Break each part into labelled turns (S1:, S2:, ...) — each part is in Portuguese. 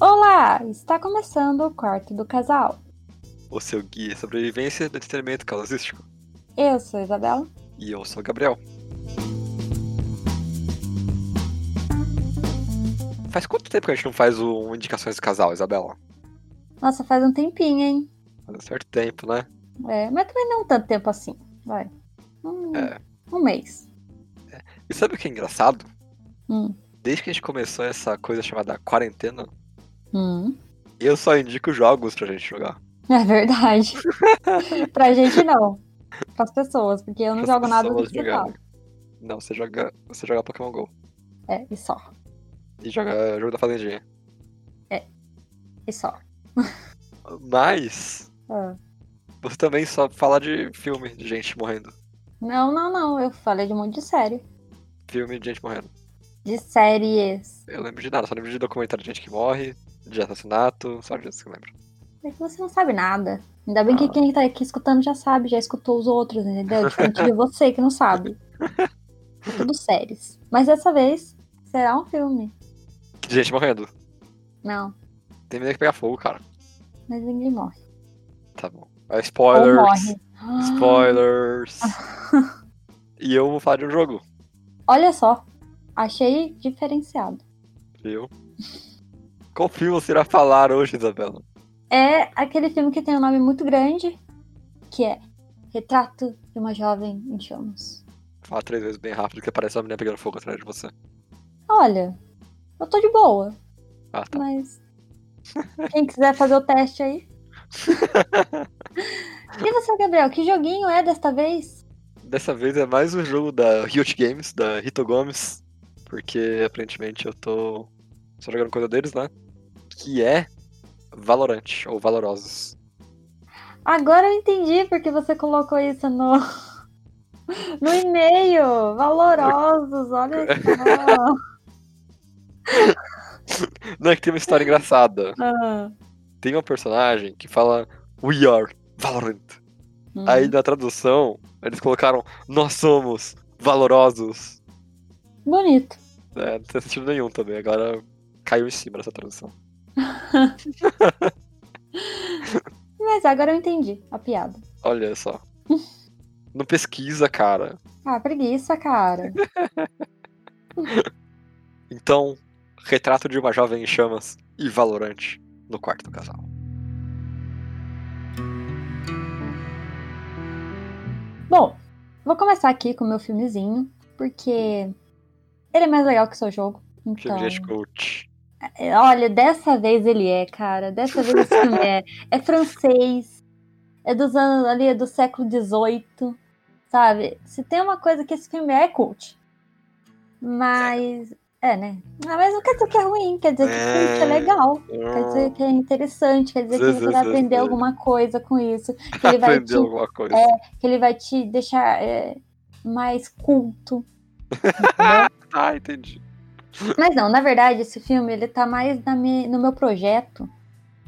S1: Olá! Está começando o quarto do casal.
S2: O seu guia de sobrevivência do entretenimento causístico.
S1: Eu sou a Isabela.
S2: E eu sou o Gabriel. Faz quanto tempo que a gente não faz o um Indicações do Casal, Isabela?
S1: Nossa, faz um tempinho, hein?
S2: Faz um certo tempo, né?
S1: É, mas também não tanto tempo assim. Vai. Um,
S2: É.
S1: um mês.
S2: E sabe o que é engraçado?
S1: Hum.
S2: Desde que a gente começou essa coisa chamada quarentena,
S1: Hum.
S2: eu só indico jogos pra gente jogar.
S1: É verdade. pra gente não. Para as pessoas, porque eu não
S2: Pras
S1: jogo nada do
S2: pessoas
S1: que você
S2: jogarem.
S1: fala.
S2: Não, você joga, você joga Pokémon GO.
S1: É, e só.
S2: E joga jogo da fazendinha.
S1: E só.
S2: Mas,
S1: Ah.
S2: você também só fala de filme de gente morrendo.
S1: Não, não, não. Eu falei de um monte de série.
S2: Filme de gente morrendo.
S1: De séries.
S2: Eu lembro de nada, só lembro de documentário de gente que morre, de assassinato, só disso que eu lembro.
S1: É que você não sabe nada. Ainda bem que
S2: Ah.
S1: quem tá aqui escutando já sabe, já escutou os outros, entendeu? Diferente de você que não sabe. É tudo séries. Mas dessa vez será um filme.
S2: De gente morrendo.
S1: Não,
S2: Tem medo que pegar fogo, cara.
S1: mas ninguém morre.
S2: Tá bom. É
S1: Ou
S2: spoilers.
S1: morre. Ah,
S2: Spoilers. e eu vou falar de um jogo,
S1: Olha só. Achei diferenciado.
S2: viu? Qual filme você irá falar hoje, Isabela?
S1: É aquele filme que tem um nome muito grande, que é Retrato de uma Jovem em Chamas.
S2: Fala três vezes bem rápido que aparece uma menina pegando fogo atrás de você.
S1: Olha, eu tô de boa,
S2: Ah, tá.
S1: mas. Quem quiser fazer o teste aí. e você, Gabriel, que joguinho é desta vez?
S2: Dessa vez é mais um jogo da Riot Games, da Rito Gomes. Porque aparentemente eu tô só jogando coisa deles, né? Que é Valorant, ou Valorosos.
S1: Agora eu entendi porque você colocou isso no. No e-mail, valorosos, olha só.
S2: Não, é que tem uma história engraçada.
S1: Ah.
S2: Tem uma personagem que fala We are Valorant.
S1: Uhum.
S2: Aí na tradução, eles colocaram Nós somos valorosos.
S1: Bonito.
S2: É, não tem sentido nenhum também. Agora caiu em cima dessa tradução.
S1: Mas agora eu entendi a piada.
S2: Olha só. Não pesquisa, cara.
S1: Ah, preguiça, cara.
S2: Então, retrato de uma jovem em chamas e Valorant no quarto do casal.
S1: Tá. Bom, vou começar aqui com o meu filmezinho, porque ele é mais legal que o seu jogo. Então,
S2: Filme de Ed Coach.
S1: é, olha, dessa vez ele é, cara. Dessa vez esse filme é. É francês, é dos anos ali, é do século XVIII, sabe? Se tem uma coisa que esse filme é, é cult. Mas. É, né? Ah, mas não quer dizer que é ruim, quer dizer que
S2: É.
S1: cult é legal. Quer
S2: Hum,
S1: dizer que é interessante, quer dizer que
S2: Zé,
S1: você
S2: zé,
S1: vai
S2: zé,
S1: aprender
S2: zé.
S1: alguma coisa com isso. Que ele vai te é
S2: Aprendeu alguma coisa.
S1: que ele vai te deixar é, mais culto.
S2: Ah, entendi.
S1: Mas não, na verdade, esse filme ele tá mais na me- no meu projeto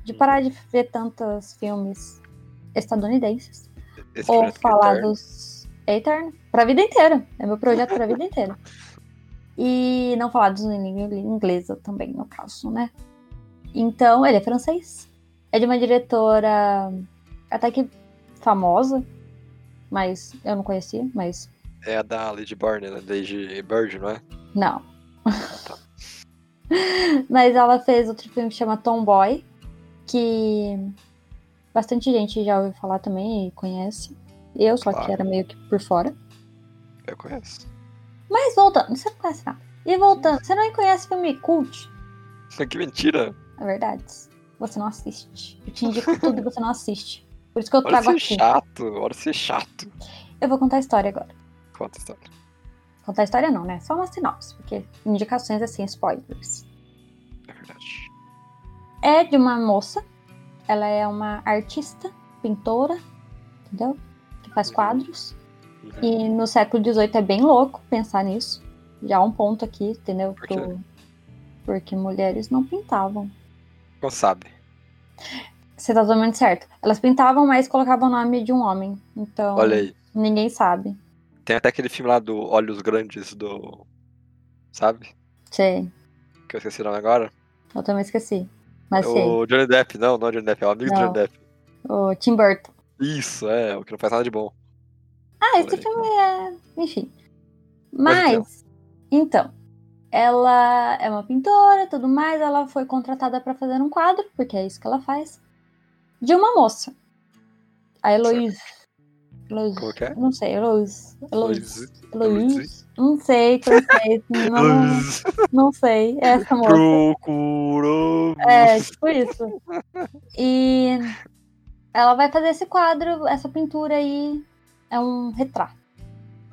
S1: de parar de ver tantos filmes estadunidenses
S2: Esse
S1: ou
S2: projeto é
S1: falar
S2: eterno.
S1: dos é eterno pra vida inteira. É meu projeto pra vida inteira. E não falar dos em língua inglesa também, no caso, né? Então, ele é francês. É de uma diretora até que famosa, mas eu não conhecia, mas
S2: É a da Lady Barney, né? Lady Bird, não é?
S1: Não. Mas ela fez outro filme que chama Tomboy, que bastante gente já ouviu falar também e conhece. Eu, só que
S2: Claro.
S1: era meio que por fora.
S2: Eu conheço.
S1: Mas voltando, você não conhece nada. E voltando, você não conhece filme cult,
S2: Que mentira!
S1: na verdade. Você não assiste. Eu te indico tudo e você não assiste. Por isso que eu
S2: Olha
S1: trago
S2: ser
S1: aqui.
S2: chato, olha ser chato.
S1: Eu vou contar a história agora.
S2: Conta a história.
S1: Contar a história não, né? Só uma sinopse, porque indicações é sem spoilers.
S2: É verdade.
S1: é de uma moça. Ela é uma artista, pintora, entendeu? Que faz quadros. E no século XVIII é bem louco pensar nisso. Já há um ponto aqui, entendeu?
S2: Por quê?
S1: Pro- Porque mulheres não pintavam.
S2: Não sabe.
S1: Você tá totalmente certo. Elas pintavam, mas colocavam o nome de um homem. Então,
S2: Olha aí.
S1: ninguém sabe.
S2: Tem até aquele filme lá do Olhos Grandes do. Sabe?
S1: Sei,
S2: Que eu esqueci o nome agora. É
S1: eu também esqueci. Mas Ah, sei.
S2: O Johnny Depp, não, não é o Johnny Depp, é o amigo do
S1: Não.
S2: Johnny Depp.
S1: O Tim Burton.
S2: Isso, é, o que não faz nada de bom.
S1: Ah, esse
S2: Olha aí.
S1: filme é. Enfim.
S2: Mas
S1: Mas, então, ela é uma pintora e tudo mais. Ela foi contratada para fazer um quadro, porque é isso que ela faz, de uma moça. A Heloise. Heloise.
S2: Como que é?
S1: Não sei, Heloise. Heloise.
S2: Luiz.
S1: Heloise. Não sei, francês. não, não sei. É essa moça.
S2: Procurou.
S1: É, tipo isso. E ela vai fazer esse quadro, essa pintura aí. É um retrato,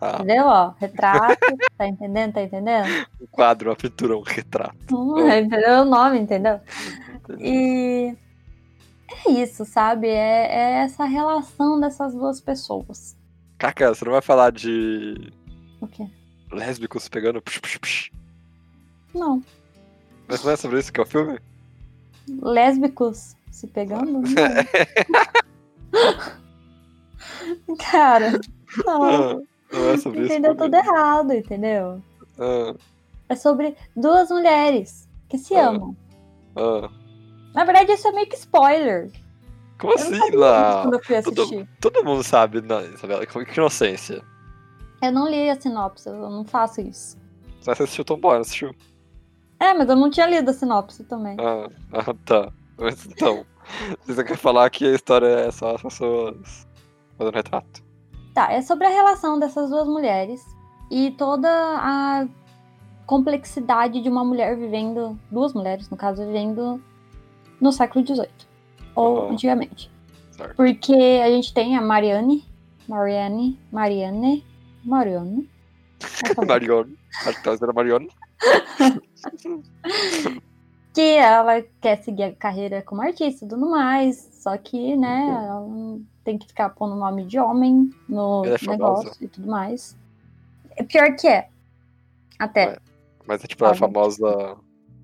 S2: Ah,
S1: entendeu? Ó, retrato, tá entendendo? Tá entendendo?
S2: um quadro, uma pintura, um retrato.
S1: Hum, entendeu o nome, entendeu? E é isso, sabe? É, é essa relação dessas duas pessoas.
S2: Caca, você não vai falar de
S1: O quê?
S2: lésbicos pegando. Psh, psh, psh.
S1: Não.
S2: Mas não é sobre isso que é o filme?
S1: Lésbicos se pegando? Não. Cara, não.
S2: Não é sobre isso.
S1: entendeu
S2: filme.
S1: tudo errado, entendeu?
S2: Ah,
S1: É sobre duas mulheres que se
S2: Ah.
S1: amam.
S2: ah.
S1: Na verdade, isso é meio que spoiler.
S2: Como
S1: Eu não
S2: assim,
S1: sabia disso
S2: lá?
S1: quando eu fui
S2: Tudo-
S1: assistir.
S2: Todo mundo sabe, não, Isabela, com que inocência.
S1: Eu não li a sinopse, eu não faço isso.
S2: Mas Você assistiu Tomboy, não assistiu?
S1: É, mas eu não tinha lido a sinopse também.
S2: Ah, ah, tá. Mas então, você quer falar que a história é só as pessoas fazendo retrato?
S1: Tá, é sobre a relação dessas duas mulheres e toda a complexidade de uma mulher vivendo, duas mulheres no caso, vivendo no século XVIII, ou
S2: Aham.
S1: antigamente.
S2: Certo.
S1: Porque a gente tem a Marianne, Marianne, Marianne, Marianne. é Por favor.
S2: Marion. Acho que tá dizendo Marion.
S1: que ela quer seguir a carreira como artista e tudo mais, só que,
S2: Uhum.
S1: né, ela não tem que ficar pondo o nome de homem no
S2: Ela é famosa.
S1: negócio e tudo mais. É pior que é. Até.
S2: Ué, Mas é tipo, ela é
S1: Olha.
S2: famosa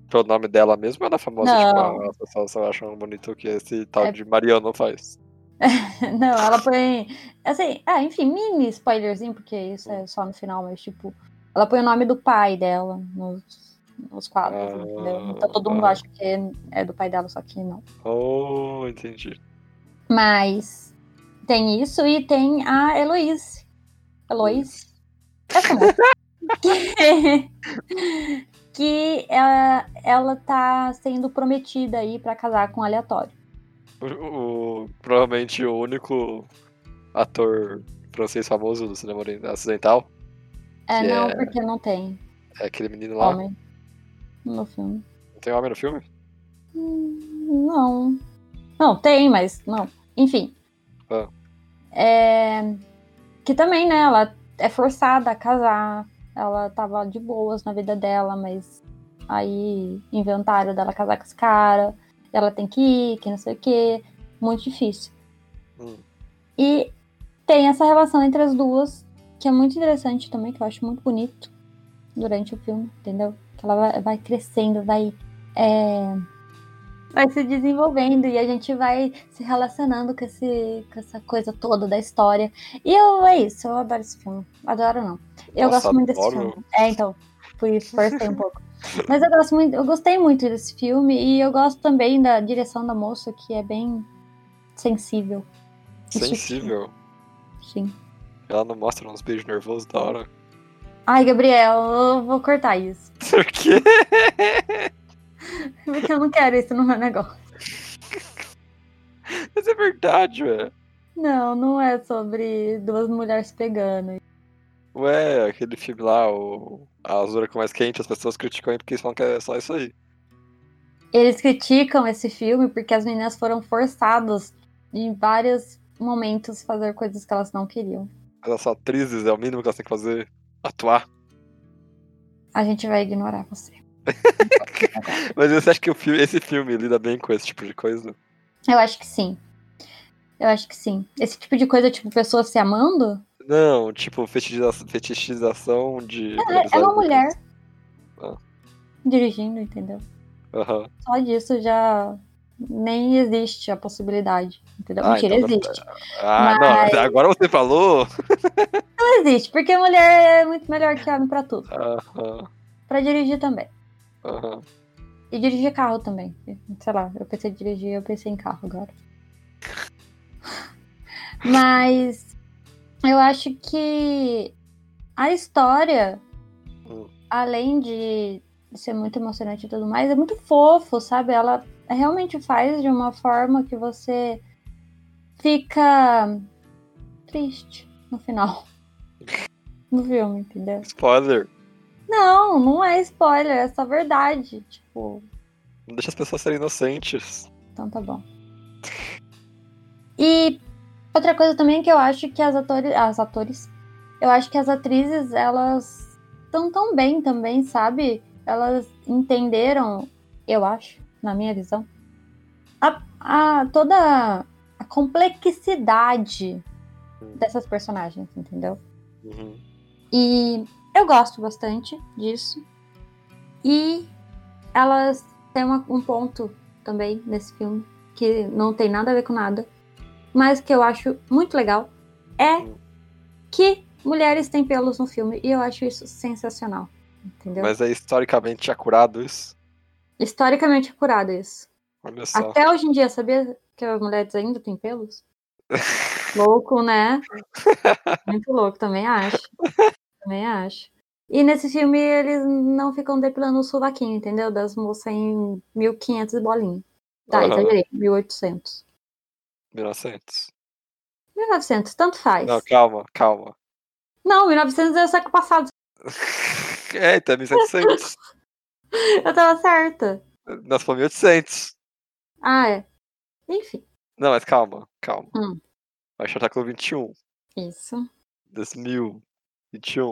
S2: pelo nome dela mesmo ou ela é famosa,
S1: Não.
S2: tipo, as pessoas só acham bonito o que esse tal
S1: É-
S2: de Marion não faz?
S1: Não, ela põe. Assim, ah, enfim, mini spoilerzinho, porque isso
S2: Uhum.
S1: é só no final, mas tipo, ela põe o nome do pai dela nos, nos quadros,
S2: Ah,
S1: entendeu? Então todo mundo
S2: ah.
S1: acha que é do pai dela, só que não.
S2: Oh, entendi.
S1: Mas tem isso e tem a Heloise. Heloise. É Essa moça. que que ela, ela tá sendo prometida aí pra casar com um aleatório.
S2: O, o- provavelmente o único ator francês famoso do cinema orien- ocidental
S1: É,
S2: Que
S1: não,
S2: é-
S1: porque não tem
S2: é aquele menino lá.
S1: homem no filme.
S2: Não tem homem no filme?
S1: Hum, Não. Não, tem, mas não. Enfim.
S2: Ah.
S1: É, que também, né? Ela é forçada a casar. Ela tava de boas na vida dela, mas aí inventaram dela casar com esse cara. Ela tem que ir, que não sei o quê. Muito difícil.
S2: Hum.
S1: E tem essa relação entre as duas, que é muito interessante também, que eu acho muito bonito durante o filme, entendeu? Que ela vai, vai crescendo, vai. é, vai se desenvolvendo e a gente vai se relacionando com, esse, com essa coisa toda da história. E eu, é isso, eu adoro esse filme. Adoro não. Eu
S2: Nossa,
S1: gosto muito desse
S2: adoro.
S1: filme. É, então, fui forcei um pouco. Mas eu gosto muito, eu gostei muito desse filme e eu gosto também da direção da moça, que é bem sensível. E sutil.
S2: Sensível.
S1: Sim.
S2: Ela não mostra uns beijos nervosos da hora.
S1: Ai, Gabriel, eu vou cortar isso.
S2: Por quê?
S1: Porque eu não quero isso no meu negócio.
S2: Mas é verdade, ué.
S1: Não, não é sobre duas mulheres pegando.
S2: Ué, aquele filme lá, o... a Azura com mais quente, as pessoas criticam ele porque eles falam que é só isso aí.
S1: Eles criticam esse filme porque as meninas foram forçadas em vários momentos fazer coisas que elas não queriam.
S2: Mas as atrizes é o mínimo que elas têm que fazer. Atuar.
S1: A gente vai ignorar você.
S2: Mas você acha que o filme- esse filme lida bem com esse tipo de coisa?
S1: Eu acho que sim. Eu acho que sim. Esse tipo de coisa, tipo, pessoas se amando?
S2: Não, tipo, fetichiza- fetichização de.
S1: É, é uma mulher.
S2: Ah.
S1: Dirigindo, entendeu?
S2: Aham.
S1: Só disso já nem existe a possibilidade. Entendeu?
S2: Ah,
S1: Mentira,
S2: então agora-
S1: existe.
S2: Ah,
S1: Mas-
S2: não, agora você falou.
S1: existe, porque mulher é muito melhor que homem pra tudo.
S2: Aham,
S1: Pra dirigir também.
S2: aham.
S1: E dirigir carro também. Sei lá, eu pensei em dirigir, eu pensei em carro agora. Mas eu acho que a história,
S2: Hum.
S1: além de ser muito emocionante e tudo mais, é muito fofo, sabe? Ela realmente faz de uma forma que você fica triste no final do filme, entendeu?
S2: Spoiler.
S1: Não, não é spoiler, é só verdade. Tipo,
S2: Não deixa as pessoas serem inocentes.
S1: Então tá bom. E outra coisa também que eu acho que as atores. As atores. Eu acho que as atrizes, elas estão tão bem também, sabe? Elas entenderam, eu acho, na minha visão, a, a- toda a complexidade dessas personagens, entendeu?
S2: Uhum.
S1: E eu gosto bastante disso. E elas têm uma- um ponto também nesse filme que não tem nada a ver com nada, mas que eu acho muito legal é que mulheres têm pelos no filme e eu acho isso sensacional, entendeu?
S2: Mas é historicamente acurado isso.
S1: Historicamente acurado isso.
S2: Olha só.
S1: Até hoje em dia, sabia que as mulheres ainda têm pelos? louco, né? Muito louco, também acho. Também acho. E nesse filme eles não ficam depilando o sovaquinho, entendeu? Das moças em 1500 bolinhas. Tá,
S2: Aham.
S1: exagerei, 1800.
S2: 1900.
S1: 1900, tanto faz.
S2: Não, calma, calma.
S1: Não, 1900 é o século passado.
S2: É, então é 1700.
S1: Eu tava certa.
S2: Nós falamos 1800.
S1: Ah, é. Enfim,
S2: Não, mas calma, calma.
S1: Hum.
S2: Vai achar tá século 21,
S1: isso.
S2: 2000, 21.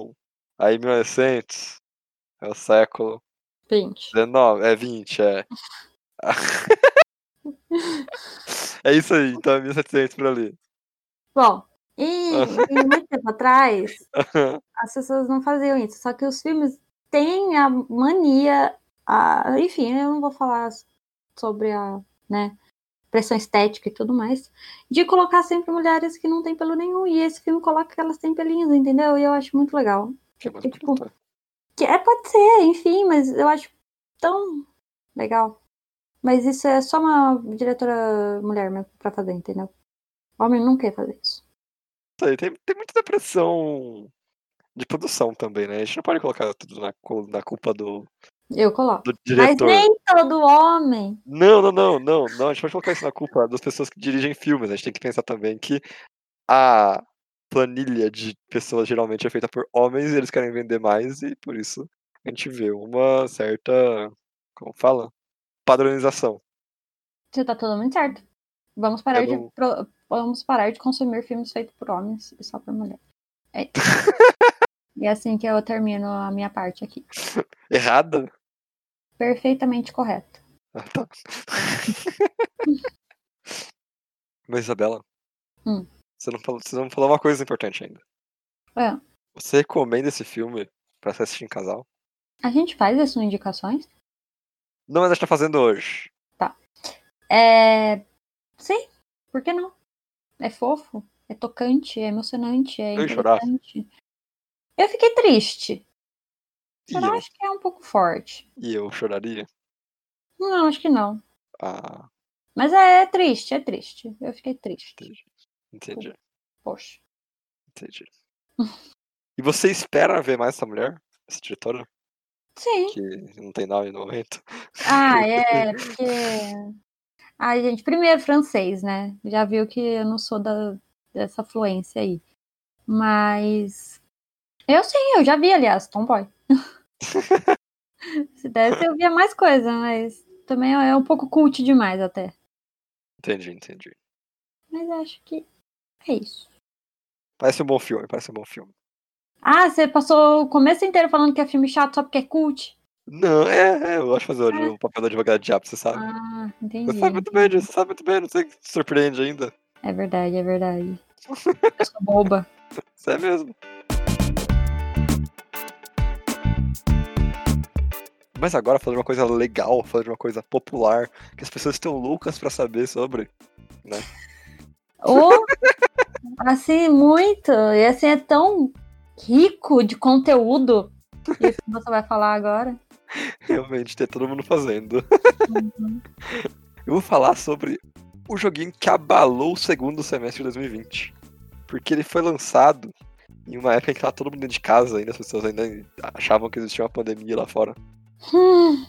S2: Aí 1900 é o século
S1: 20.
S2: 19, é 20, é. é isso aí, então é 1700 por ali.
S1: Bom, e, e muito tempo atrás, as pessoas não faziam isso. Só que os filmes têm a mania. A... Enfim, eu não vou falar sobre a né, pressão estética e tudo mais. De colocar sempre mulheres que não têm pelo nenhum. E esse filme coloca que elas têm pelinhos, entendeu? E eu acho muito legal.
S2: Que mais
S1: E, tipo,
S2: perguntar?
S1: Que é, pode ser, enfim, mas eu acho tão legal. Mas isso é só uma diretora mulher mesmo pra fazer, entendeu? Homem nunca ia fazer isso.
S2: Isso aí, tem, tem muita depressão de produção também, né? A gente não pode colocar tudo na, cul- na culpa do,
S1: Eu coloco.
S2: do
S1: Mas
S2: diretor.
S1: nem todo homem
S2: Não, não, não, não, não. A gente pode colocar isso na culpa das pessoas que dirigem filmes. né? A gente tem que pensar também que a planilha de pessoas geralmente é feita por homens e eles querem vender mais e por isso a gente vê uma certa, como fala, padronização.
S1: Você tá totalmente certo. Vamos parar,
S2: Eu
S1: de,
S2: não-
S1: pro- vamos parar de consumir filmes feitos por homens e só por mulher. É isso. e é assim que eu termino a minha parte aqui.
S2: Errada?
S1: Perfeitamente correto.
S2: Ah, tá. Mas Isabela,
S1: Hum.
S2: você não falou, você não falou uma coisa importante ainda.
S1: Ah.
S2: Você recomenda esse filme pra se assistir em casal?
S1: A gente faz isso em indicações?
S2: Não, mas a gente tá fazendo hoje.
S1: É. Sim, por que não? É fofo, é tocante, é emocionante, é
S2: Eu chorava.
S1: interessante. Eu fiquei triste.
S2: E
S1: Chorar
S2: eu,
S1: acho que é um pouco forte.
S2: e eu choraria?
S1: Não, acho que não.
S2: Ah,
S1: Mas é triste, é triste. Eu fiquei triste.
S2: entendi,
S1: Poxa.
S2: entendi. E você espera ver mais essa mulher? Essa diretora?
S1: Sim.
S2: Que não tem nome no momento.
S1: Ah, é, porque. Ai, gente, primeiro francês, né? Já viu que eu não sou da, dessa fluência aí. Mas. Eu sim, eu já vi, aliás, Tomboy. Se desse, eu via mais coisa, mas também é um pouco cult demais até.
S2: Entendi, entendi.
S1: Mas acho que é isso.
S2: Parece um bom filme, parece um bom filme.
S1: Ah, você passou o começo inteiro falando que é filme chato só porque é cult?
S2: Não, é, é eu gosto de fazer
S1: É.
S2: o, o papel do advogado diabo, você sabe.
S1: Ah, entendi.
S2: você sabe muito bem disso, você sabe muito bem, não sei o que te surpreende ainda.
S1: É verdade, é verdade. Eu sou boba.
S2: Você é mesmo. Mas agora falando de uma coisa legal, falando de uma coisa popular, que as pessoas estão loucas pra saber sobre.
S1: Ou, assim, muito. E assim, é tão rico de conteúdo isso que você vai falar agora.
S2: Realmente, ter todo mundo fazendo. Eu vou falar sobre o joguinho que abalou o segundo semestre de 2020. Porque ele foi lançado em uma época em que tava todo mundo dentro de casa ainda, as pessoas ainda achavam que existia uma pandemia lá fora.
S1: Hum,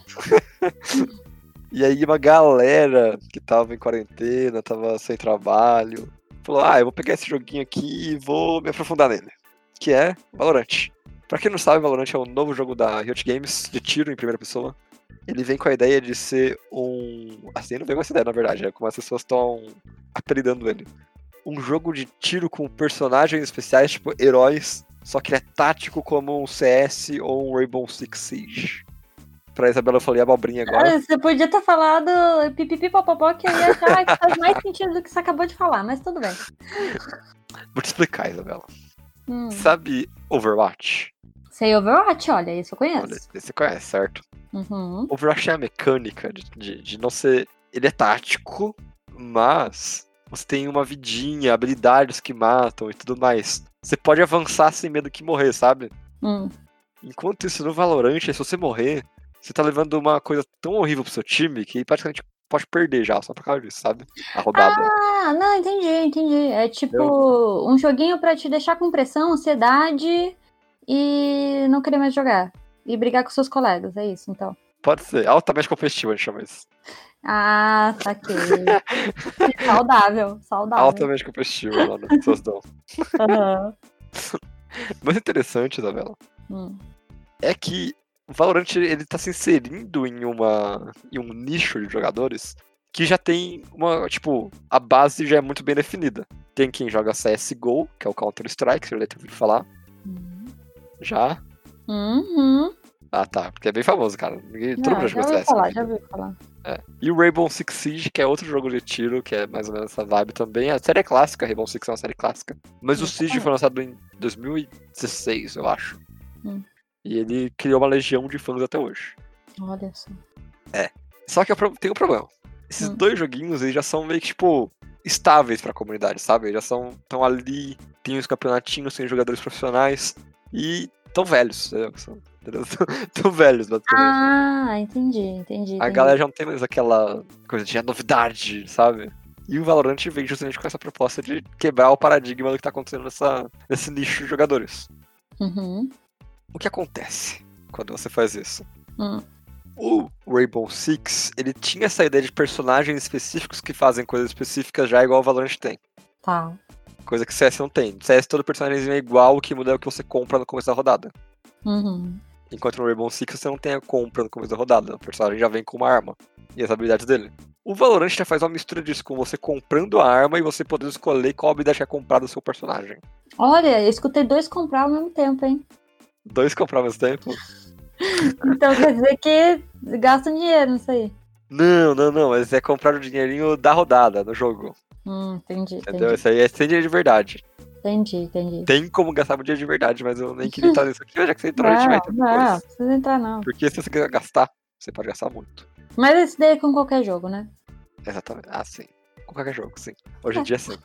S2: E aí uma galera que tava em quarentena, tava sem trabalho, falou: "Ah, eu vou pegar esse joguinho aqui e vou me aprofundar nele", que é Valorant. Pra quem não sabe, Valorant é um novo jogo da Riot Games de tiro em primeira pessoa. Ele vem com a ideia de ser um, assim, não vem com essa ideia na verdade, é como as pessoas estão apelidando ele. Um jogo de tiro com personagens especiais, tipo heróis, só que ele é tático como um CS ou um Rainbow Six Siege. Pra Isabela eu falei abobrinha agora.
S1: ah, Você podia ter falado pipipipopopó que eu ia achar que faz mais sentido do que você acabou de falar, mas tudo bem.
S2: Vou te explicar, Isabela.
S1: Hum.
S2: Sabe Overwatch?
S1: Sei Overwatch, olha, é isso eu
S2: Olha,
S1: conheço.
S2: você conhece, certo?
S1: Uhum.
S2: Overwatch é a mecânica de, de, de não ser. Ele é tático, mas você tem uma vidinha, habilidades que matam e tudo mais. Você pode avançar sem medo que morrer, sabe?
S1: Hum.
S2: Enquanto isso, no Valorant, se você morrer, você tá levando uma coisa tão horrível pro seu time que praticamente pode perder já, só por causa disso, sabe? A rodada.
S1: Ah, não, entendi, entendi. É tipo um joguinho pra te deixar com pressão, ansiedade e não querer mais jogar. E brigar com seus colegas, é isso então.
S2: Pode ser. Altamente competitivo, a gente chama isso.
S1: Ah, saquei. saudável, saudável.
S2: Altamente competitivo, mano. as pessoas dão.
S1: Aham.
S2: Mas interessante, Isabela.
S1: Hum.
S2: é que o Valorant ele tá se inserindo em uma em um nicho de jogadores que já tem uma, tipo, a base já é muito bem definida. Tem quem joga CS:GO, que é o Counter Strike, você já deve ter ouvido falar.
S1: hum,
S2: Já?
S1: Uhum.
S2: Ah, tá, porque é bem famoso, cara. Ninguém, todo
S1: Ah,
S2: mundo
S1: já
S2: joga
S1: ouvi
S2: CS.
S1: falar,
S2: né?
S1: já ouvi falar.
S2: E o Rainbow Six Siege, que é outro jogo de tiro, que é mais ou menos essa vibe também. A série é clássica, Rainbow Six é uma série clássica. Mas o
S1: Nunca
S2: Siege
S1: conheço.
S2: foi lançado em 2016, eu acho.
S1: Hum.
S2: E ele criou uma legião de fãs até hoje.
S1: Olha só.
S2: Só que é pro- tem um problema. Esses
S1: Hum.
S2: dois joguinhos, eles já são meio que, tipo, estáveis pra comunidade, sabe? Eles já são tão ali, tem os campeonatinhos, tem jogadores profissionais e tão velhos, entendeu? São- entendeu? tão velhos, basicamente.
S1: Ah, entendi, entendi.
S2: A
S1: entendi.
S2: galera já não tem mais aquela coisa de "É novidade, sabe? E o Valorant vem justamente com essa proposta de quebrar o paradigma do que tá acontecendo nessa, nesse nicho de jogadores.
S1: Uhum.
S2: O que acontece quando você faz isso?
S1: Hum.
S2: O Rainbow Six, ele tinha essa ideia de personagens específicos que fazem coisas específicas já igual o Valorant tem.
S1: Tá.
S2: Coisa que CS não tem. CS todo personagem é igual, o que muda é o que você compra no começo da rodada.
S1: Uhum.
S2: Enquanto no Rainbow Six você não tem a compra no começo da rodada. O personagem já vem com uma arma e as habilidades dele. O Valorant já faz uma mistura disso, com você comprando a arma e você podendo escolher qual habilidade quer comprar do seu personagem.
S1: Olha, eu escutei dois comprar ao mesmo tempo, hein?
S2: Dois comprar ao mesmo tempo?
S1: Então quer dizer que gastam dinheiro nisso aí.
S2: Não, não, não. Mas é comprar o dinheirinho da rodada, no jogo.
S1: Hum, entendi,
S2: Entendeu?
S1: entendi.
S2: Isso aí é sem dinheiro de verdade.
S1: Entendi, entendi.
S2: tem como gastar o dia de verdade, mas eu nem queria entrar nisso aqui, já que você entrou, a gente vai entrar
S1: não, não, não
S2: depois.
S1: precisa entrar não.
S2: Porque se você quiser gastar, você pode gastar muito.
S1: Mas isso daí é com qualquer jogo, né?
S2: Exatamente. Ah, sim. Com qualquer jogo, sim. Hoje em dia, sim.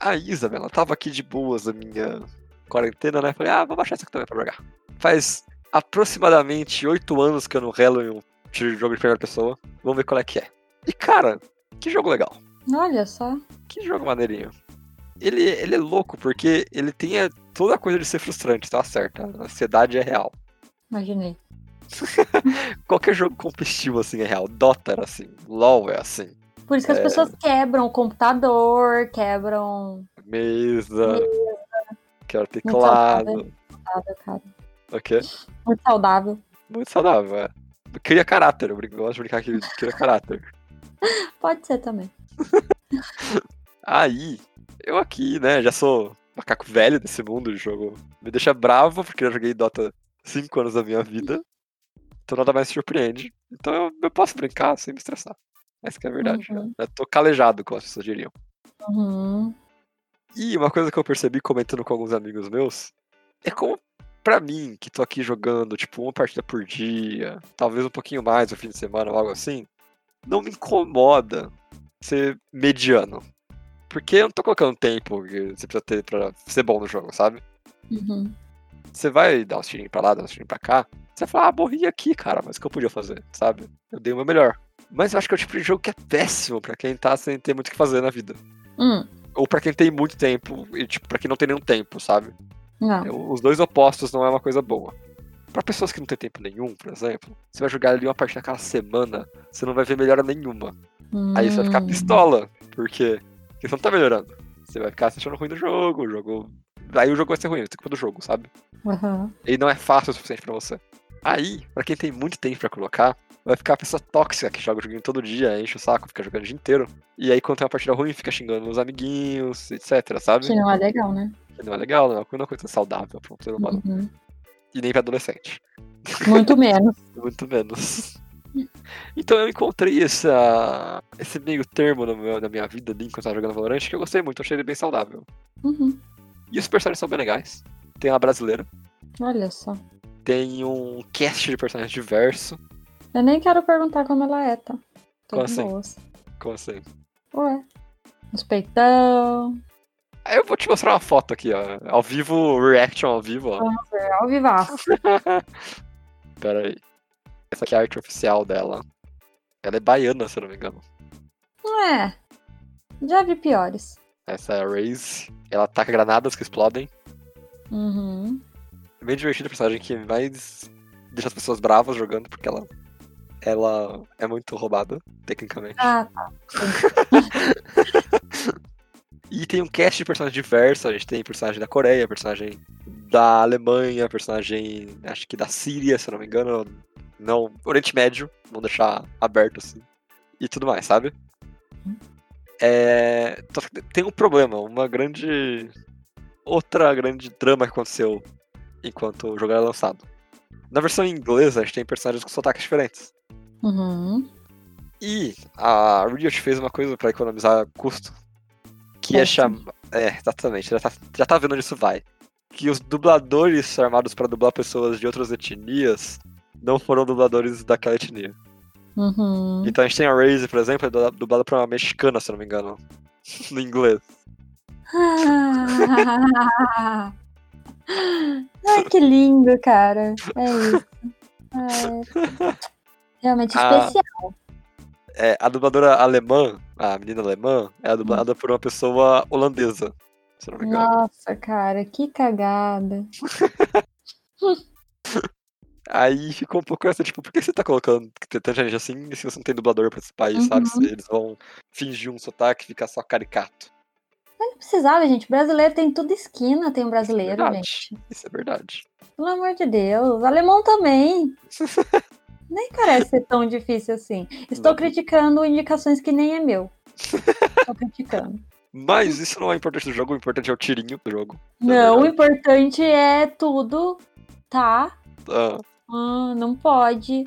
S2: a Isabela tava aqui de boas na minha quarentena, né? Falei, ah, vou baixar isso aqui também pra jogar. Faz aproximadamente oito anos que eu não relo em um tiro de jogo de primeira pessoa. Vamos ver qual é que é. E, cara, que jogo legal.
S1: Olha só.
S2: Que jogo maneirinho. Ele, ele é louco porque ele tem a- toda a coisa de ser frustrante, tá certo? A ansiedade é real.
S1: Imaginei.
S2: Qualquer jogo competitivo assim é real. Dota era assim. LoL é assim.
S1: Por isso que as
S2: É.
S1: pessoas quebram o computador, quebram.
S2: Mesa. Quero
S1: saudável.
S2: teclado.
S1: Saudável, cara.
S2: Ok.
S1: Muito saudável.
S2: Muito saudável, é. Cria caráter. Eu brinco- eu gosto de brincar que cria caráter.
S1: Pode ser também.
S2: Aí, eu aqui, né, já sou macaco velho desse mundo de jogo. Me deixa bravo, porque eu joguei Dota 5 anos da minha vida. Então nada mais surpreende. Então eu, eu posso brincar sem me estressar. Essa que é a verdade.
S1: Uhum.
S2: Eu tô calejado, como as pessoas diriam.
S1: Uhum.
S2: E uma coisa que eu percebi comentando com alguns amigos meus é como, pra mim, que tô aqui jogando, tipo, uma partida por dia, talvez um pouquinho mais no fim de semana ou algo assim, não me incomoda ser mediano. Porque eu não tô colocando tempo que você precisa ter pra ser bom no jogo, sabe?
S1: Uhum.
S2: Você vai dar um tirinhos pra lá, dar um tirinhos pra cá, Você fala, ah, morri aqui, cara, mas o que eu podia fazer, sabe? Eu dei o meu melhor. Mas eu acho que é o tipo de jogo que é péssimo pra quem tá sem ter muito o que fazer na vida.
S1: Hum,
S2: Ou pra quem tem muito tempo, e tipo, pra quem não tem nenhum tempo, sabe?
S1: não.
S2: É, Os dois opostos não é uma coisa boa. Pra pessoas que não tem tempo nenhum, por exemplo, você vai jogar ali uma partida cada semana, você não vai ver melhora nenhuma. Aí você vai ficar
S1: Hum.
S2: pistola, porque porque você não tá melhorando. Você vai ficar se achando ruim do jogo, o jogo. Aí o jogo vai ser ruim, é culpa do jogo, sabe?
S1: Aham.
S2: ele não é fácil o suficiente pra você. Aí, pra quem tem muito tempo pra colocar, vai ficar a pessoa tóxica que joga o joguinho todo dia, enche o saco, fica jogando o dia inteiro. E aí, quando tem uma partida ruim, fica xingando os amiguinhos, etc, sabe?
S1: Que não é legal, né?
S2: Que Não é legal, não é uma coisa saudável pra um ser humano.
S1: Uhum.
S2: E nem pra adolescente.
S1: Muito menos.
S2: Muito menos. Então eu encontrei essa, esse meio termo no meu- na minha vida ali, enquanto eu tava jogando Valorant, que eu gostei muito, achei ele bem saudável.
S1: Uhum.
S2: E os personagens são bem legais. Tem uma brasileira,
S1: Olha só.
S2: tem um cast de personagens diverso.
S1: Eu nem quero perguntar como ela é, tá? Tô
S2: Como
S1: de
S2: assim?
S1: boas.
S2: Como assim?
S1: Ué. Os peitão.
S2: Aí eu vou te mostrar uma foto aqui, ó. Ao vivo, reaction ao vivo, ó.
S1: É ao vivaço.
S2: Pera aí. Essa aqui é a arte oficial dela. Ela é baiana, se eu não me engano.
S1: É. Já vi piores.
S2: Essa é a Raze. Ela ataca granadas que explodem.
S1: Uhum.
S2: É bem divertido a personagem que mais deixa as pessoas bravas jogando, porque ela. Ela é muito roubada, tecnicamente.
S1: Ah, tá.
S2: E tem um cast de personagens diversos. A gente tem personagem da Coreia, personagem da Alemanha, personagem acho que da Síria, se eu não me engano. Não, Oriente Médio, vamos deixar aberto assim. E tudo mais, sabe? É, só que tem um problema, uma grande. Outra grande trama que aconteceu enquanto o jogo era lançado. Na versão inglesa, a gente tem personagens com sotaques diferentes.
S1: Uhum.
S2: E a Riot fez uma coisa pra economizar custo. Que é
S1: Certo.
S2: chamar. É, exatamente. Já tá, já tá vendo onde isso vai. Que os dubladores armados pra dublar pessoas de outras etnias não foram dubladores daquela etnia.
S1: Uhum.
S2: Então a gente tem a Raze, por exemplo, é dubla- dublada pra uma mexicana, se eu não me engano. No inglês.
S1: Ai, Ah. que lindo, cara. É isso. Ai, Realmente
S2: Ah.
S1: especial.
S2: É, a dubladora alemã, a menina alemã, é dublada por uma pessoa holandesa, se eu não me engano.
S1: Nossa, cara, que cagada.
S2: Aí ficou um pouco essa, tipo, por que você tá colocando tanta gente assim se você não tem dublador pra esse país, sabe? Se eles vão fingir um sotaque e ficar só caricato.
S1: Não precisava, gente. Brasileiro tem tudo esquina, tem um brasileiro,
S2: Verdade.
S1: gente.
S2: Isso é verdade.
S1: Pelo amor de Deus. Alemão também. Nem parece ser tão difícil assim. Estou
S2: Não.
S1: criticando indicações que nem é meu. Estou criticando.
S2: Mas isso não é importante do jogo, o importante é o tirinho do jogo.
S1: Não, o
S2: é verdade.
S1: importante é tudo, tá?
S2: Ah,
S1: Ah, não pode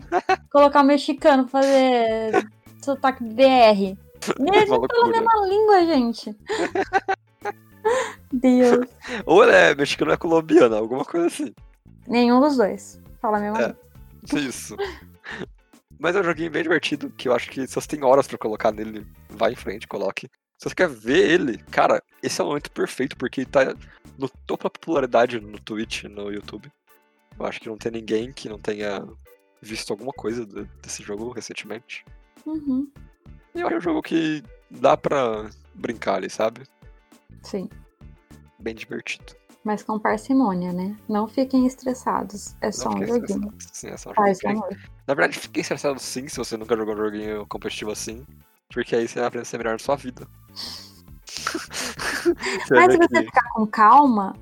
S1: colocar o mexicano pra fazer sotaque BR.
S2: é
S1: Mesmo
S2: uma
S1: pela
S2: loucura.
S1: mesma língua, gente. Deus.
S2: Ou ela é mexicana ou é colombiana, alguma coisa assim.
S1: Nenhum dos dois. Fala a mesma
S2: É.
S1: língua.
S2: Isso. Mas é um joguinho bem divertido, que eu acho que se você tem horas pra colocar nele, vai em frente, coloque. Se você quer ver ele, cara, esse é o momento perfeito, porque ele tá no topo da popularidade no Twitch, no YouTube. Eu acho que não tem ninguém que não tenha visto alguma coisa do- desse jogo recentemente.
S1: Uhum,
S2: E eu acho um jogo que dá pra brincar ali, sabe?
S1: Sim.
S2: Bem divertido.
S1: Mas com parcimônia, né? Não fiquem estressados. É só
S2: Não
S1: um
S2: fiquei
S1: joguinho.
S2: estressado. Sim, é só um
S1: Faz
S2: joguinho.
S1: amor.
S2: Na verdade, fiquei estressado sim se você nunca jogou um joguinho competitivo assim. Porque aí você vai aprender a ser melhor na sua vida. Você vai
S1: Mas se
S2: ver
S1: você
S2: que
S1: ficar com calma,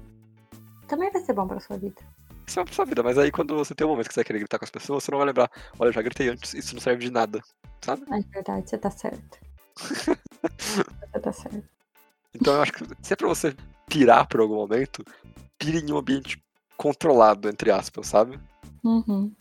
S1: também vai ser bom pra sua vida.
S2: Isso é uma sua vida, mas aí quando você tem um momento que você vai querer gritar com as pessoas, você não vai lembrar. Olha, eu já gritei antes, isso não serve de nada. Sabe?
S1: Na verdade, você tá certo. você tá certo.
S2: Então eu acho que se é pra você pirar por algum momento, pire em um ambiente controlado, entre aspas, sabe?
S1: Uhum.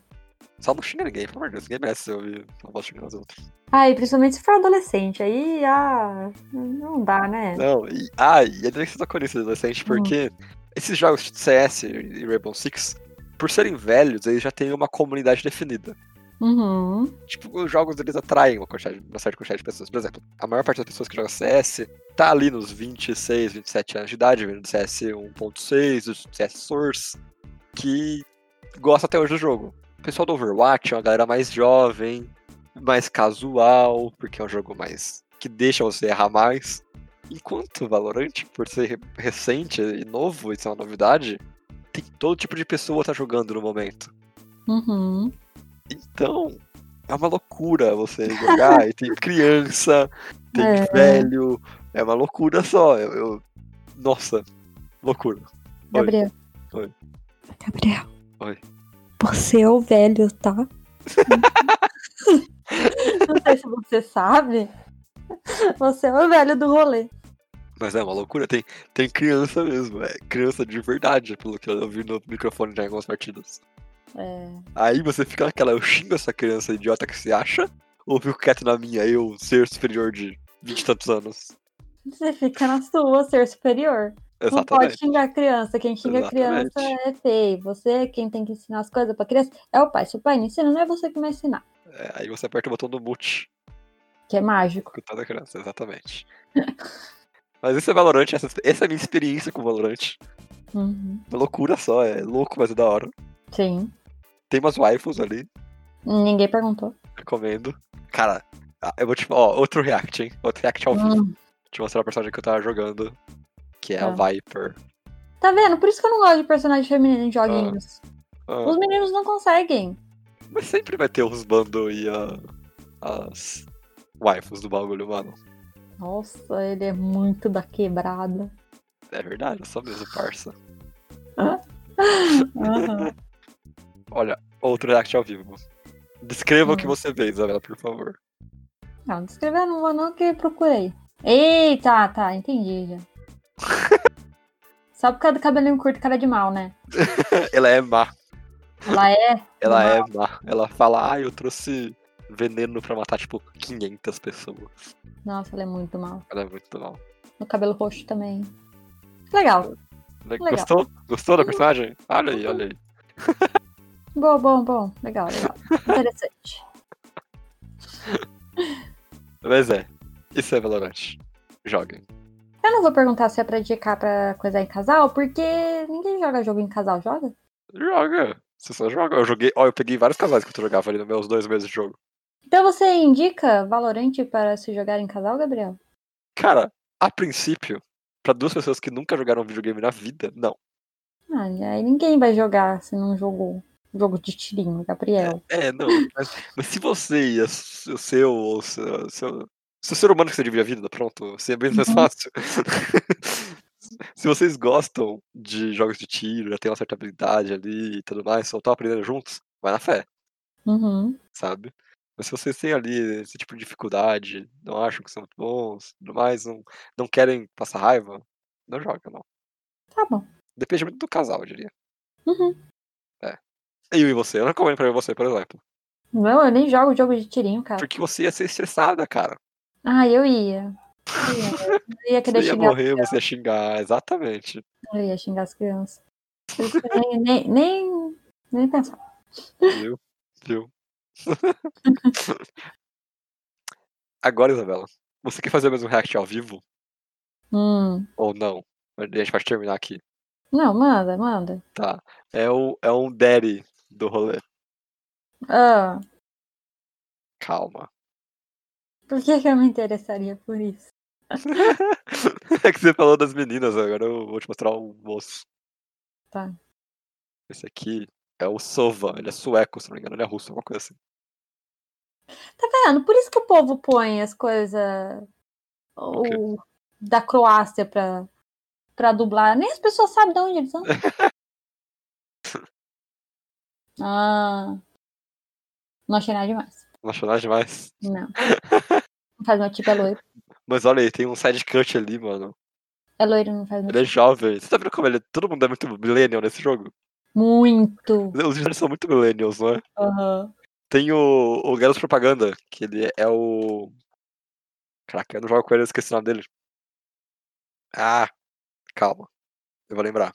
S2: Só não xinga ninguém, pelo amor de Deus, ninguém merece ouvir a voz xingando os outros.
S1: Ai, principalmente se for adolescente, aí ah, não dá, né?
S2: Não, e, ah, e ainda bem que você tocou nisso, adolescente, porque esses jogos de CS e Rainbow Six, por serem velhos, eles já têm uma comunidade definida.
S1: Uhum.
S2: Tipo, os jogos eles atraem uma, quantidade, uma certa quantidade de pessoas. Por exemplo, a maior parte das pessoas que jogam CS tá ali nos 26, 27 anos de idade, vendo um do CS 1.6, do CS Source, que gosta até hoje do jogo. O pessoal do Overwatch é uma galera mais jovem, mais casual, porque é um jogo mais que deixa você errar mais. Enquanto o Valorant, por ser re- recente e novo, isso é uma novidade, tem todo tipo de pessoa tá jogando no momento.
S1: Uhum.
S2: Então, é uma loucura você jogar, e tem criança, tem
S1: É.
S2: velho, é uma loucura só. Eu, eu- Nossa, loucura.
S1: Gabriel.
S2: Oi.
S1: Gabriel.
S2: Oi.
S1: Você é o velho, tá? Não sei se você sabe. Você é o velho do rolê.
S2: Mas é uma loucura, tem, tem criança mesmo, é criança de verdade, pelo que eu vi no microfone já em algumas partidas.
S1: É.
S2: Aí você fica naquela, eu xingo essa criança idiota que se acha, ou fico quieto na minha, eu, ser superior de vinte e tantos anos.
S1: Você fica na sua, ser superior. Não pode
S2: Exatamente.
S1: xingar a criança. Quem xinga a criança
S2: Exatamente.
S1: é feio. Você, quem tem que ensinar as coisas pra criança, é o pai. Se o pai não ensina, não é você que vai ensinar.
S2: É, aí você aperta o botão do mute,
S1: Que é mágico.
S2: escutando a criança, exatamente. mas isso é Valorant, essa, essa é a minha experiência com Valorant.
S1: Uhum.
S2: Uma loucura só, é louco, mas é da hora.
S1: Sim.
S2: Tem umas waifus ali,
S1: Ninguém perguntou.
S2: recomendo. Cara, ah, eu vou te falar, ó, outro react, hein? Outro react ao vivo.
S1: Hum.
S2: te mostrar a personagem que eu tava jogando, que é a
S1: Tá.
S2: Viper.
S1: Tá vendo? Por isso que eu não gosto de personagem feminino em joguinhos.
S2: Ah,
S1: Os meninos não conseguem.
S2: mas sempre vai ter os bando e a- as waifus do bagulho, mano.
S1: Nossa, ele é muito da quebrada.
S2: É verdade, é só mesmo, parça.
S1: Aham.
S2: Olha, outro react ao vivo. Descreva o que
S1: Hum.
S2: você vê, Isabela, por favor.
S1: Não, descrever eu não vou não que procurei. Eita, tá, entendi já. Só por causa do cabelinho curto, cara de mal, né?
S2: Ela é má.
S1: Ela é.
S2: Ela é má. Ela fala, ah, eu trouxe veneno pra matar, tipo, 500 pessoas.
S1: Nossa, ela é muito mal.
S2: Ela é muito mal.
S1: No cabelo roxo também. Legal. Legal.
S2: Né, Gostou? Gostou da personagem? Olha aí, olha aí.
S1: Bom, bom, bom. Legal, legal. Interessante.
S2: Mas é, isso é Valorant. Joguem.
S1: Eu não vou perguntar se é pra indicar pra coisar em casal, porque ninguém joga jogo em casal, joga?
S2: Joga. Você só joga. Eu joguei. Ó, eu peguei vários casais que eu jogava ali nos meus dois meses de jogo.
S1: Então você indica Valorante para se jogar em casal, Gabriel?
S2: Cara, a princípio, pra duas pessoas que nunca jogaram videogame na vida, não.
S1: Ah, e aí ninguém vai jogar se não jogou jogo de tirinho, Gabriel.
S2: É, não. Mas, mas se você e a s- o seu, ou seu, seu. Se o ser humano que você divide a vida, pronto, assim é bem mais
S1: Uhum.
S2: fácil. se vocês gostam de jogos de tiro, já tem uma certa habilidade ali e tudo mais, só estão aprendendo juntos, vai na fé.
S1: Uhum.
S2: sabe? Mas se vocês têm ali esse tipo de dificuldade, não acham que são muito bons, tudo mais, não, não querem passar raiva, não joga, não.
S1: Tá bom.
S2: Depende muito do casal, eu diria.
S1: Uhum.
S2: Eu e você, eu não recomendo pra você, por exemplo.
S1: Não, eu nem jogo jogo de tirinho, cara.
S2: Porque você ia ser estressada, cara.
S1: Ah, eu ia. Eu ia, eu ia querer
S2: Você ia
S1: xingar,
S2: morrer, você ia xingar, exatamente.
S1: eu ia xingar as crianças. Por isso que Nem, nem, nem, nem pensar.
S2: Viu? Viu? Agora, Isabela, você quer fazer o mesmo react ao vivo
S1: Hum.
S2: ou não? A gente vai terminar aqui.
S1: Não, manda, manda.
S2: Tá. É, o, é um daddy do rolê.
S1: Ah,
S2: Calma.
S1: por que, que eu me interessaria por isso?
S2: É que você falou das meninas, agora eu vou te mostrar o moço.
S1: Tá.
S2: Esse aqui é o Sova, ele é sueco, se não me engano, ele é russo, alguma coisa assim.
S1: Tá vendo? Por isso que o povo põe as coisas
S2: quê?
S1: ou da Croácia pra, pra dublar. Nem as pessoas sabem de onde eles são. ah, não achei nada demais.
S2: Não achou nada demais.
S1: Não. Não faz meu tipo, é loiro.
S2: Mas olha aí, tem um side cut ali, mano.
S1: É loiro, não faz meu
S2: Ele é
S1: tipo.
S2: jovem. Você tá vendo como ele é... Todo mundo é muito millennial nesse jogo?
S1: Muito.
S2: Os vídeos são muito millennials, não é?
S1: Aham.
S2: Tem o, o Garoto Propaganda, que ele é o... Caraca, eu não jogo com ele, eu esqueci o nome dele. Ah, calma. Eu vou lembrar.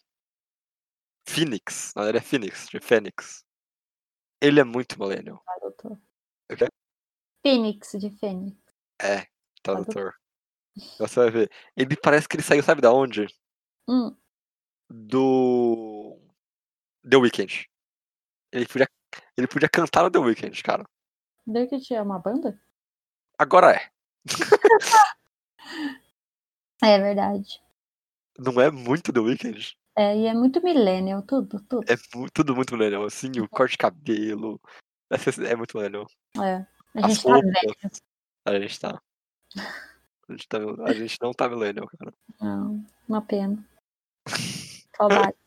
S2: Phoenix. Na verdade é Phoenix, de Fênix. Ele é muito millennial.
S1: Doutor.
S2: O quê?
S1: Ah, Fênix de Fênix.
S2: É,
S1: do-
S2: tradutor. Você vai ver. Ele parece que ele saiu, sabe da onde?
S1: Hum,
S2: Do. The Weeknd. Ele foi Ele podia cantar no The Weeknd, cara.
S1: The Wicked é uma banda?
S2: Agora é.
S1: É verdade.
S2: Não é muito The Weeknd?
S1: É, e é muito millennial, tudo, tudo.
S2: É mu- tudo muito millennial, assim, o corte de cabelo. essa- É muito millennial.
S1: É. A
S2: As
S1: gente tá
S2: roupas.
S1: velho.
S2: A gente tá. A gente, tá, a gente não tá millennial, cara.
S1: Não, uma pena. Saudade.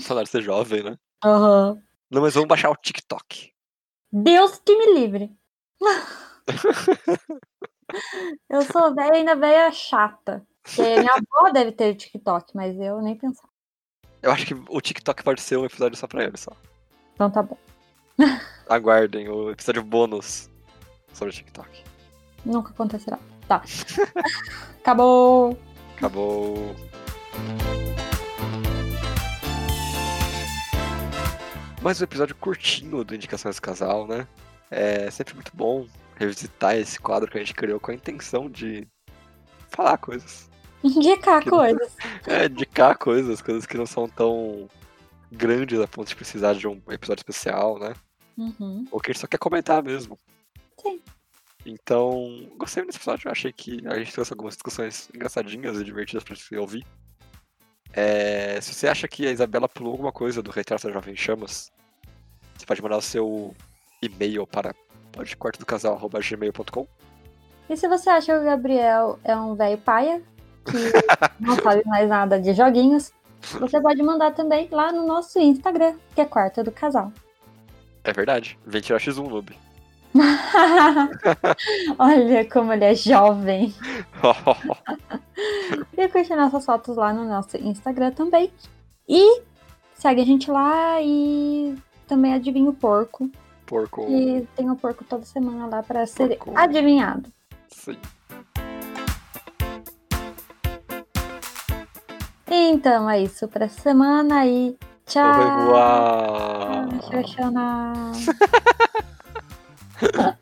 S2: Saudade de ser jovem, né?
S1: Aham.
S2: Não, mas vamos baixar o TikTok.
S1: Deus que me livre. eu sou velha ainda velha chata. Porque minha avó deve ter TikTok, mas eu nem pensava.
S2: Eu acho que o TikTok pode ser um episódio só pra ele, só.
S1: Então tá bom.
S2: Aguardem o episódio bônus sobre o TikTok.
S1: Nunca acontecerá. Tá. Acabou.
S2: Acabou. Mais um episódio curtinho do Indicações do Casal, né? É sempre muito bom revisitar esse quadro que a gente criou com a intenção de falar coisas.
S1: Indicar
S2: Que-
S1: coisas.
S2: É, indicar coisas, coisas que não são tão grandes a ponto de precisar de um episódio especial, né?
S1: Uhum.
S2: Ou que a gente só quer comentar mesmo.
S1: Sim.
S2: Então, gostei desse episódio. Eu achei que a gente trouxe algumas discussões engraçadinhas e divertidas pra você ouvir. É, se você acha que a Isabela pulou alguma coisa do Retrato da Jovem Chamas, você pode mandar o seu e-mail para podcortodocasal.gmail.com
S1: E se você acha que o Gabriel é um velho paia, que não sabe mais nada de joguinhos, você pode mandar também lá no nosso Instagram, que é Quarta do Casal.
S2: É verdade. Vem tirar X1 noob.
S1: Olha como ele é jovem. E curte nossas fotos lá no nosso Instagram também. E segue a gente lá e também adivinha o porco.
S2: Porco.
S1: E tem o porco toda semana lá para ser
S2: Porco.
S1: adivinhado.
S2: Sim.
S1: Então é isso para essa semana e
S2: Eu vou
S1: Ah, tchau.
S2: voar.
S1: Xoxana.